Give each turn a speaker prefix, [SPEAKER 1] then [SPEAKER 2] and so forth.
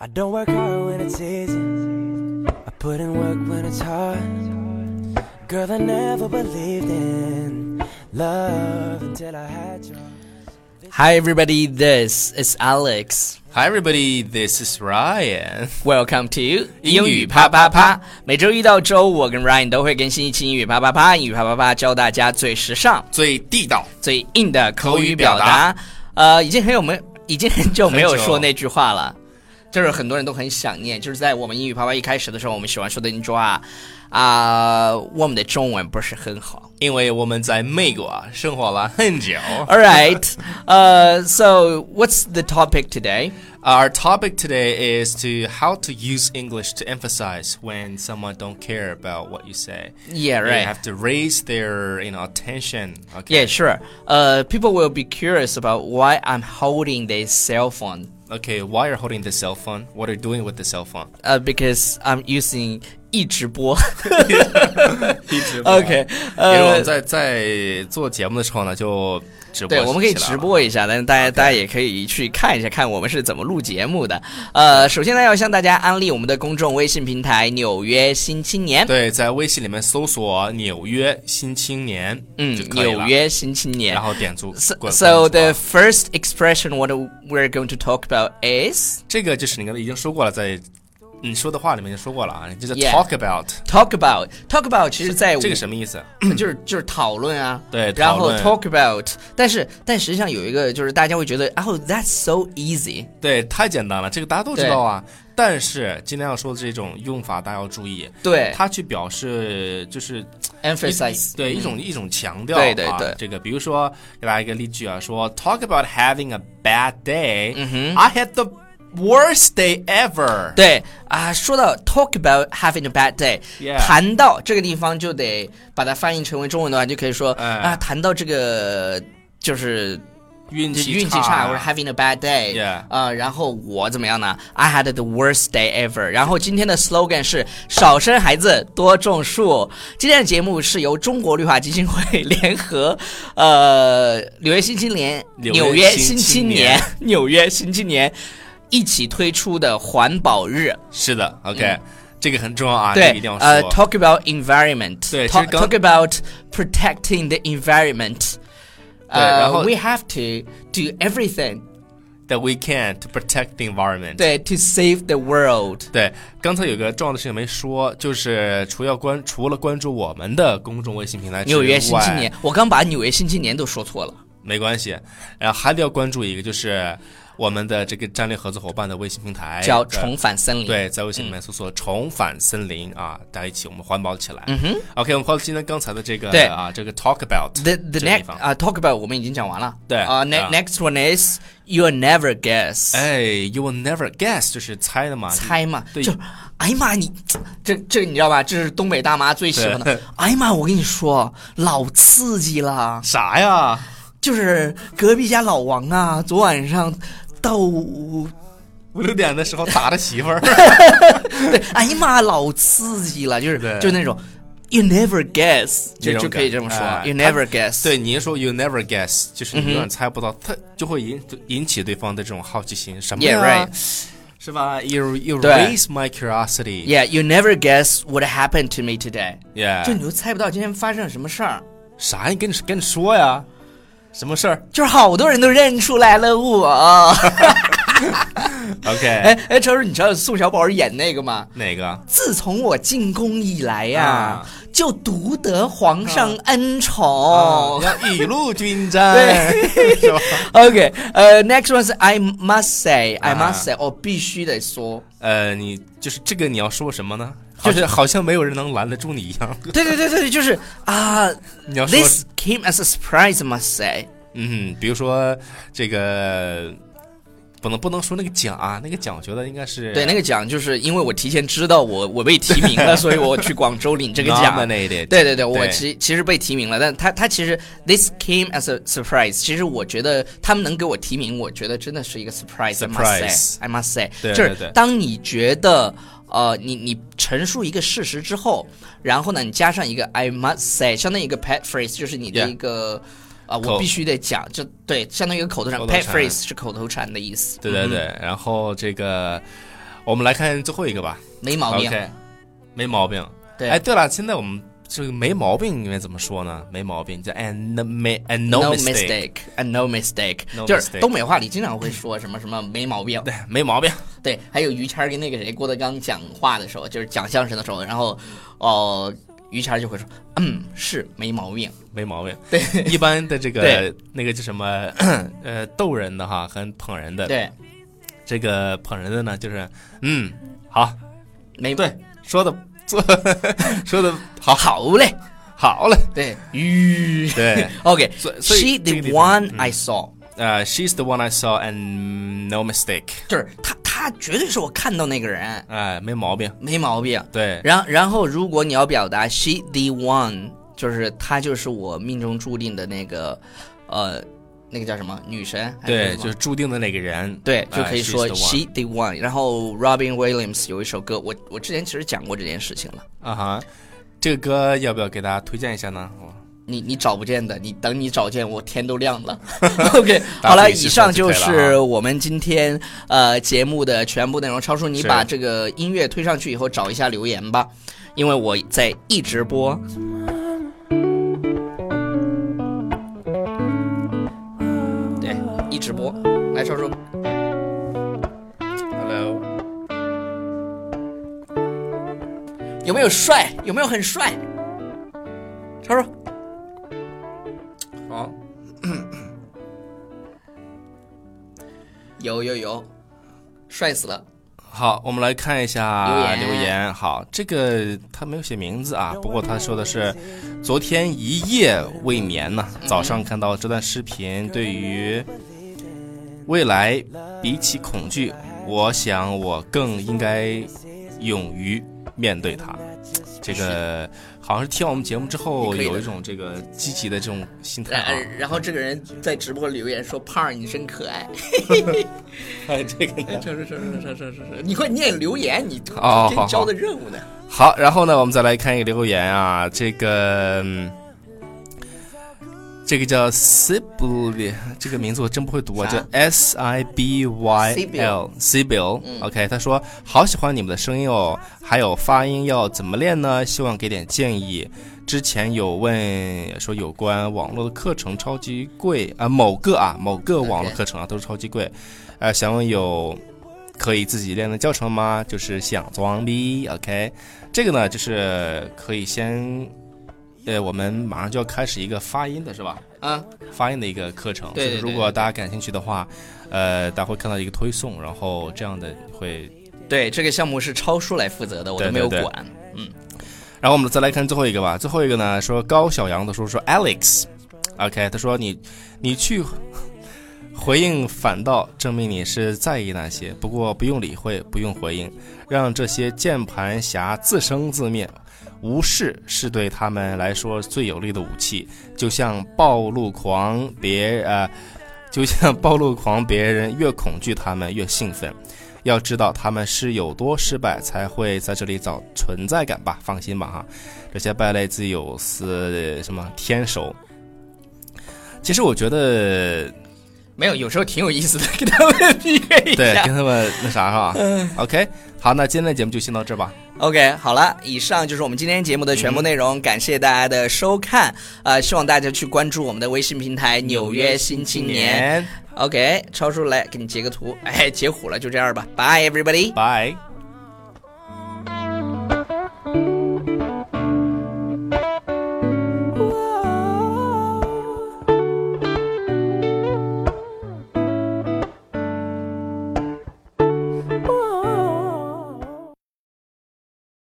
[SPEAKER 1] I don't work hard when it's easy. I put in work when it's hard. Girl, I never believed in love until I had you.
[SPEAKER 2] Hi, everybody. This is Alex.
[SPEAKER 3] Hi, everybody. This is Ryan.
[SPEAKER 2] Welcome to
[SPEAKER 3] 英
[SPEAKER 2] 英
[SPEAKER 3] 语
[SPEAKER 2] 语
[SPEAKER 3] 啪
[SPEAKER 2] 啪啪
[SPEAKER 3] 啪啪
[SPEAKER 2] 啪。每周一到周五，我跟 Ryan 都会更新一期英语啪啪啪。英语啪啪啪教大家最时尚、
[SPEAKER 3] 最地道，
[SPEAKER 2] 最硬的口语表
[SPEAKER 3] 口
[SPEAKER 2] 达。呃，已经很有没，已经很久没有
[SPEAKER 3] 很久
[SPEAKER 2] 说那句话了，就是很多人都很想念。就是在我们英语啪啪一开始的时候，我们喜欢说的那句话啊、我们的中文不是很好。
[SPEAKER 3] 因为我们在美国啊生活了很久。
[SPEAKER 2] All right. Uh, so what's the topic today?
[SPEAKER 3] Our topic today is to how to use English to emphasize when someone don't care about what you say.
[SPEAKER 2] Yeah,
[SPEAKER 3] You
[SPEAKER 2] right.
[SPEAKER 3] have to raise their, you know, attention. Okay.
[SPEAKER 2] Yeah, sure. Uh, people will be curious about why I'm holding this cell phone.
[SPEAKER 3] Okay. Why are holding the cell phone? What are you doing with the cell phone?
[SPEAKER 2] Uh, because I'm using 一直 播。OK，
[SPEAKER 3] 因为我们
[SPEAKER 2] 呃，
[SPEAKER 3] 在在做节目的时候呢，就直播。
[SPEAKER 2] 对，我们可以直。播一下，但是大家大家也可以去看一下，看我们是怎么录节目的。呃，首先呢，要向大家安利我们的公众微信平台《纽约新青年》。
[SPEAKER 3] 对，在微信里面搜索“纽约新青年”，
[SPEAKER 2] 嗯
[SPEAKER 3] 就，可以了
[SPEAKER 2] 纽，约新青年
[SPEAKER 3] 然。后点住。
[SPEAKER 2] So,
[SPEAKER 3] 关
[SPEAKER 2] so
[SPEAKER 3] 关注啊
[SPEAKER 2] the first expression what we're going to talk about is
[SPEAKER 3] 这个就是你刚才已经说过了，在你说的话里面就说过了啊，这叫
[SPEAKER 2] Yeah.
[SPEAKER 3] talk about，
[SPEAKER 2] talk about talk about，其实在
[SPEAKER 3] 这个什么意思？
[SPEAKER 2] 就是就是讨论啊，
[SPEAKER 3] 对
[SPEAKER 2] 然后
[SPEAKER 3] 讨
[SPEAKER 2] talk about，但是但实际上有一个就是大家会觉得哦、that's so easy，
[SPEAKER 3] 对，太简单了，这个大家都知道啊。但是今天要说的这种用法，大家要注意。
[SPEAKER 2] 对
[SPEAKER 3] 它去表示就是一
[SPEAKER 2] emphasize，
[SPEAKER 3] 对一
[SPEAKER 2] 嗯
[SPEAKER 3] 种一种强调啊。
[SPEAKER 2] 对对对
[SPEAKER 3] 这个比如说给大家一个例句啊，说 talk about having a bad day.
[SPEAKER 2] 嗯哼
[SPEAKER 3] I had the worst day ever.
[SPEAKER 2] 对啊，说到 talk about having a bad day，、
[SPEAKER 3] Yeah
[SPEAKER 2] 谈到这个地方就得把它翻译成为中文的话，就可以说、
[SPEAKER 3] 哎
[SPEAKER 2] 啊，谈到这个就是
[SPEAKER 3] 运
[SPEAKER 2] 就
[SPEAKER 3] 气
[SPEAKER 2] 运气差，我是 having a bad day，
[SPEAKER 3] Yeah
[SPEAKER 2] 呃，然后我怎么样呢？I had the worst day ever。然后今天的 slogan 是少生孩子，多种树。今天的节目是由中国绿化基金会 联合呃纽约新青年、
[SPEAKER 3] 纽约
[SPEAKER 2] 纽约
[SPEAKER 3] 新
[SPEAKER 2] 新青
[SPEAKER 3] 青
[SPEAKER 2] 年、纽约新青年一起推出的环保日。
[SPEAKER 3] 是的，OK，这个很重要啊，这个
[SPEAKER 2] 嗯对
[SPEAKER 3] 一定要，
[SPEAKER 2] 呃
[SPEAKER 3] 说。
[SPEAKER 2] ，talk about environment，
[SPEAKER 3] 对其实
[SPEAKER 2] talk
[SPEAKER 3] 刚
[SPEAKER 2] talk about protecting the environment。
[SPEAKER 3] 对然后
[SPEAKER 2] we have to do everything
[SPEAKER 3] that we can to protect the environment。
[SPEAKER 2] 对，to save the world。
[SPEAKER 3] 对，刚才有个重要的事情没说，就是除要关除了关注我们的公众微信平台之
[SPEAKER 2] 纽
[SPEAKER 3] 外，
[SPEAKER 2] 约新青年，我刚把纽约新青年都说错了。
[SPEAKER 3] 没关系，然后还得要关注一个，就是我们的这个战略合作伙伴的微信平台
[SPEAKER 2] 叫
[SPEAKER 3] 哎对
[SPEAKER 2] 重返森林。嗯
[SPEAKER 3] 对，在微信里面搜索“重返森林”啊，大家一起我们环保起来。嗯哼，OK，我们回到今天刚才的这个
[SPEAKER 2] 对
[SPEAKER 3] 啊，这个 talk about
[SPEAKER 2] ，the the
[SPEAKER 3] 这个地
[SPEAKER 2] next
[SPEAKER 3] 方
[SPEAKER 2] 啊、talk about 我们已经讲完了。
[SPEAKER 3] 对
[SPEAKER 2] 啊、n e
[SPEAKER 3] 啊
[SPEAKER 2] x next one is you'll never guess，、
[SPEAKER 3] 哎，you will never guess，就是猜的嘛，
[SPEAKER 2] 猜嘛，
[SPEAKER 3] 对
[SPEAKER 2] 就是哎呀妈你，这这你知道吧？这是东北大妈最喜欢的。哎呀妈，我跟你说，老刺激了。
[SPEAKER 3] 啥呀？
[SPEAKER 2] 就是隔壁家老王啊，昨晚上到
[SPEAKER 3] 五六点的时候打着媳妇儿。
[SPEAKER 2] 对，哎呀妈，老刺激了，就是
[SPEAKER 3] 对
[SPEAKER 2] 就是那种，you never guess，
[SPEAKER 3] 那
[SPEAKER 2] 就
[SPEAKER 3] 种
[SPEAKER 2] 就可以这么
[SPEAKER 3] 感
[SPEAKER 2] 说、
[SPEAKER 3] 哎
[SPEAKER 2] y o u
[SPEAKER 3] 他
[SPEAKER 2] never guess，嗯
[SPEAKER 3] 对，你一说 you never guess，就是你永远猜不到，他就会引引起对方的这种好奇心，什么
[SPEAKER 2] Yeah,
[SPEAKER 3] 呀
[SPEAKER 2] right.
[SPEAKER 3] 是吧？You you
[SPEAKER 2] 对
[SPEAKER 3] raise my curiosity，
[SPEAKER 2] Yeah, you never guess what happened to me today. 就
[SPEAKER 3] yeah，
[SPEAKER 2] 你都猜不到今天发生了什么事儿，
[SPEAKER 3] 啥呀？跟你跟你说呀，什么 事儿
[SPEAKER 2] 就是好多人都认出来了我。哎
[SPEAKER 3] ？OK，
[SPEAKER 2] 哎，超叔，你知道宋小宝演那个吗？
[SPEAKER 3] 哪个？
[SPEAKER 2] 自从我进宫以来呀、
[SPEAKER 3] 啊
[SPEAKER 2] 就独得皇上恩宠。
[SPEAKER 3] 哦，要雨露均沾， 是吧？
[SPEAKER 2] OK，呃、n e x t one 是 I must say，I
[SPEAKER 3] 啊
[SPEAKER 2] must say，我、必须得说。
[SPEAKER 3] 呃，你就是这个你要说什么呢？
[SPEAKER 2] 就
[SPEAKER 3] 好
[SPEAKER 2] 是
[SPEAKER 3] 像好像没有人能拦得住你一样。
[SPEAKER 2] 对对对对，就是啊、
[SPEAKER 3] 你要
[SPEAKER 2] t h
[SPEAKER 3] 说
[SPEAKER 2] i，s came as a surprise，I must say。
[SPEAKER 3] 嗯，比如说这个，不能不能说那个奖啊，那个奖我觉得应该是
[SPEAKER 2] 对，那个奖就是因为我提前知道我我被提名了，所以我去广州领这个奖。
[SPEAKER 3] Nominated
[SPEAKER 2] 对对对，我
[SPEAKER 3] 对
[SPEAKER 2] 其其实被提名了，但他他其实 this came as a surprise。其实我觉得他们能给我提名，我觉得真的是一个 surprise。
[SPEAKER 3] Surprise
[SPEAKER 2] I must say，I must say，
[SPEAKER 3] 对
[SPEAKER 2] 就
[SPEAKER 3] 对
[SPEAKER 2] 是
[SPEAKER 3] 对
[SPEAKER 2] 当你觉得呃，你你陈述一个事实之后，然后呢，你加上一个 I must say，相当于一个 pet phrase，就是你的
[SPEAKER 3] Yeah
[SPEAKER 2] 一个。啊，
[SPEAKER 3] 口
[SPEAKER 2] 我必须得讲，就对，相当于一个口头禅
[SPEAKER 3] 口头
[SPEAKER 2] ，pet 嗯
[SPEAKER 3] 禅
[SPEAKER 2] phrase 是口头禅的意思。
[SPEAKER 3] 对对对，然后这个我们来看最后一个吧。
[SPEAKER 2] 没毛病。
[SPEAKER 3] OK，没毛病。
[SPEAKER 2] 对，
[SPEAKER 3] 哎，对了，现在我们这个没毛病应该怎么说呢？没毛病叫 and me and no
[SPEAKER 2] No
[SPEAKER 3] mistake，
[SPEAKER 2] mistake，and no mistake，
[SPEAKER 3] No
[SPEAKER 2] 就是
[SPEAKER 3] mistake
[SPEAKER 2] 东北话里经常会说什么什么没毛病。
[SPEAKER 3] 对，没毛病。
[SPEAKER 2] 对，还有于谦儿跟那个谁郭德纲讲话的时候，就是讲相声的时候，然后哦，于谦儿就会说，嗯，是没毛病。
[SPEAKER 3] 没毛病，
[SPEAKER 2] 对
[SPEAKER 3] 一般的这个
[SPEAKER 2] 对
[SPEAKER 3] 那个叫什么，呃，逗人的哈，和捧人的，
[SPEAKER 2] 对，
[SPEAKER 3] 这个捧人的呢，就是嗯，好，
[SPEAKER 2] 没
[SPEAKER 3] 对，说的做 说的好，
[SPEAKER 2] 好嘞，
[SPEAKER 3] 好 嘞，
[SPEAKER 2] 对，吁。
[SPEAKER 3] 对，
[SPEAKER 2] OK，
[SPEAKER 3] 所以嗯所以
[SPEAKER 2] she
[SPEAKER 3] 这
[SPEAKER 2] the
[SPEAKER 3] 个地方
[SPEAKER 2] one I saw，
[SPEAKER 3] 呃，she's the one I saw and no mistake，
[SPEAKER 2] 就是她，她绝对是我看到那个人，
[SPEAKER 3] 哎、没毛病，
[SPEAKER 2] 没毛病。
[SPEAKER 3] 对，
[SPEAKER 2] 然然后，如果你要表达 she the one，就是她就是我命中注定的那个，呃，那个叫什么女神？还嗯
[SPEAKER 3] 对，
[SPEAKER 2] 什么
[SPEAKER 3] 就是注定的那个人，
[SPEAKER 2] 对，
[SPEAKER 3] 哎
[SPEAKER 2] 就可以说
[SPEAKER 3] she's the one
[SPEAKER 2] she the one。然后 Robin Williams 有一首歌，我我之前其实讲过这件事情了，
[SPEAKER 3] 啊哈，这个歌要不要给大家推荐一下呢？我
[SPEAKER 2] 你你找不见的，你等你找见，我天都亮 了。OK，好
[SPEAKER 3] 大
[SPEAKER 2] 了，
[SPEAKER 3] 家自己去
[SPEAKER 2] 以上就
[SPEAKER 3] 搜就可以
[SPEAKER 2] 是
[SPEAKER 3] 了啊
[SPEAKER 2] 我们今天呃节目的全部内容。超叔，你
[SPEAKER 3] 是
[SPEAKER 2] 把这个音乐推上去以后，找一下留言吧，因为我在一直播。对，一直播。来，超叔，
[SPEAKER 3] Hello，
[SPEAKER 2] 有没有帅？有没有很帅？超叔。
[SPEAKER 3] 好，
[SPEAKER 2] 有有有，帅死了！
[SPEAKER 3] 好，我们来看一
[SPEAKER 2] 留
[SPEAKER 3] 下
[SPEAKER 2] 言
[SPEAKER 3] 留言。好，这个他没有写名字啊，不过他说的是昨天一夜未眠呢、早上
[SPEAKER 2] 嗯
[SPEAKER 3] 看到这段视频，对于未来比起恐惧，我想我更应该勇于面对它。这个好像是听完我们节目之
[SPEAKER 2] 嗯
[SPEAKER 3] 后，
[SPEAKER 2] 你可以的呃
[SPEAKER 3] 有一种这个积极的这种心态啊
[SPEAKER 2] 然。然后这个人在直播留言说：“胖儿，你真可 爱。哎
[SPEAKER 3] 这个”
[SPEAKER 2] 超超超超超超，你快念留言，你
[SPEAKER 3] 哦
[SPEAKER 2] 给
[SPEAKER 3] 好
[SPEAKER 2] 你
[SPEAKER 3] 好
[SPEAKER 2] 交的任务呢？
[SPEAKER 3] 好，然后呢，我们再来看一个留言啊，这个。嗯这个叫 Sibyl，这个名字我真不会读啊，
[SPEAKER 2] 啥
[SPEAKER 3] 叫 S I B Y L Sibyl。OK，他说好喜欢你们的声音哦，还有发音要怎么练呢？希望给点建议。之前有问说有关网络的课程超级贵啊、某个啊某个网络
[SPEAKER 2] OK
[SPEAKER 3] 课程啊都是超级贵，呃，想问有可以自己练的教程吗？就是想装逼，OK，这个呢就是可以先，呃，我们马上就要开始一个发音的是吧？
[SPEAKER 2] 啊，
[SPEAKER 3] 发音的一个课程，
[SPEAKER 2] 对
[SPEAKER 3] 就是
[SPEAKER 2] 对对
[SPEAKER 3] 如果大家感兴趣的话，呃，大家会看到一个推送，然后这样的会，
[SPEAKER 2] 对，这个项目是超叔来负责的，我
[SPEAKER 3] 对
[SPEAKER 2] 都没有
[SPEAKER 3] 对对
[SPEAKER 2] 管。
[SPEAKER 3] 然后我们再来看最后一个吧，最后一个呢说高小杨的说说 Alex，OK，、他说你你去 回应，反倒证明你是在意那些，不过不用理会，不用回应，让这些键盘侠自生自灭。无视是对他们来说最有力的武器，就像暴露狂别呃，就像暴露狂，别人越恐惧他们越兴奋。要知道他们是有多失败，才会在这里找存在感吧。放心吧哈，这些败类自有司什么天收。其实我觉
[SPEAKER 2] 哎
[SPEAKER 3] 得，
[SPEAKER 2] 没有，有时候挺有意思的，跟他们 PK 一
[SPEAKER 3] 对，
[SPEAKER 2] 下
[SPEAKER 3] 跟。他们那啥 是吧？OK，好，那今天的节目就先到这吧。
[SPEAKER 2] OK，好了，以上就是我们今天节目的全部内容，感谢大家的收看，呃，希望大家去关注我们的微信平台《纽约新青年》。OK，超叔来给你截个图，哎，截虎了，就这样吧，Bye everybody。
[SPEAKER 3] ，Bye。